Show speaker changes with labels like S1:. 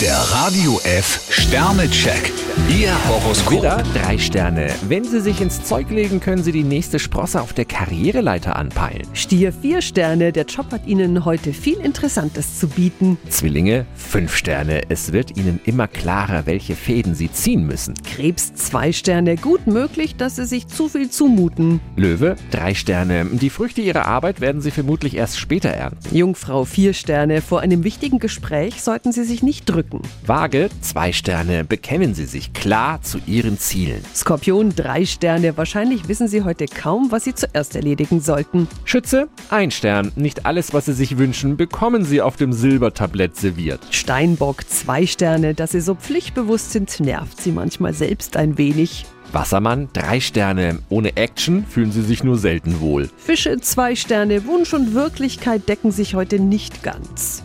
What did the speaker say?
S1: Der Radio F Sternecheck. Ihr Horoskop.
S2: Widder, drei Sterne. Wenn Sie sich ins Zeug legen, können Sie die nächste Sprosse auf der Karriereleiter anpeilen.
S3: Stier vier Sterne, der Job hat Ihnen heute viel Interessantes zu bieten.
S2: Zwillinge, fünf Sterne. Es wird Ihnen immer klarer, welche Fäden Sie ziehen müssen.
S3: Krebs zwei Sterne, gut möglich, dass Sie sich zu viel zumuten.
S2: Löwe, drei Sterne. Die Früchte Ihrer Arbeit werden Sie vermutlich erst später ernten.
S3: Jungfrau vier Sterne, vor einem wichtigen Gespräch sollten Sie sich nicht drücken.
S2: Waage, zwei Sterne. Bekennen Sie sich klar zu Ihren Zielen.
S3: Skorpion drei Sterne, wahrscheinlich wissen Sie heute kaum, was Sie zuerst erledigen sollten.
S2: Schütze, ein Stern. Nicht alles, was Sie sich wünschen, bekommen Sie auf dem Silbertablett serviert.
S3: Steinbock zwei Sterne, dass Sie so pflichtbewusst sind, nervt Sie manchmal selbst ein wenig.
S2: Wassermann, drei Sterne. Ohne Action fühlen Sie sich nur selten wohl.
S3: Fische zwei Sterne, Wunsch und Wirklichkeit decken sich heute nicht ganz.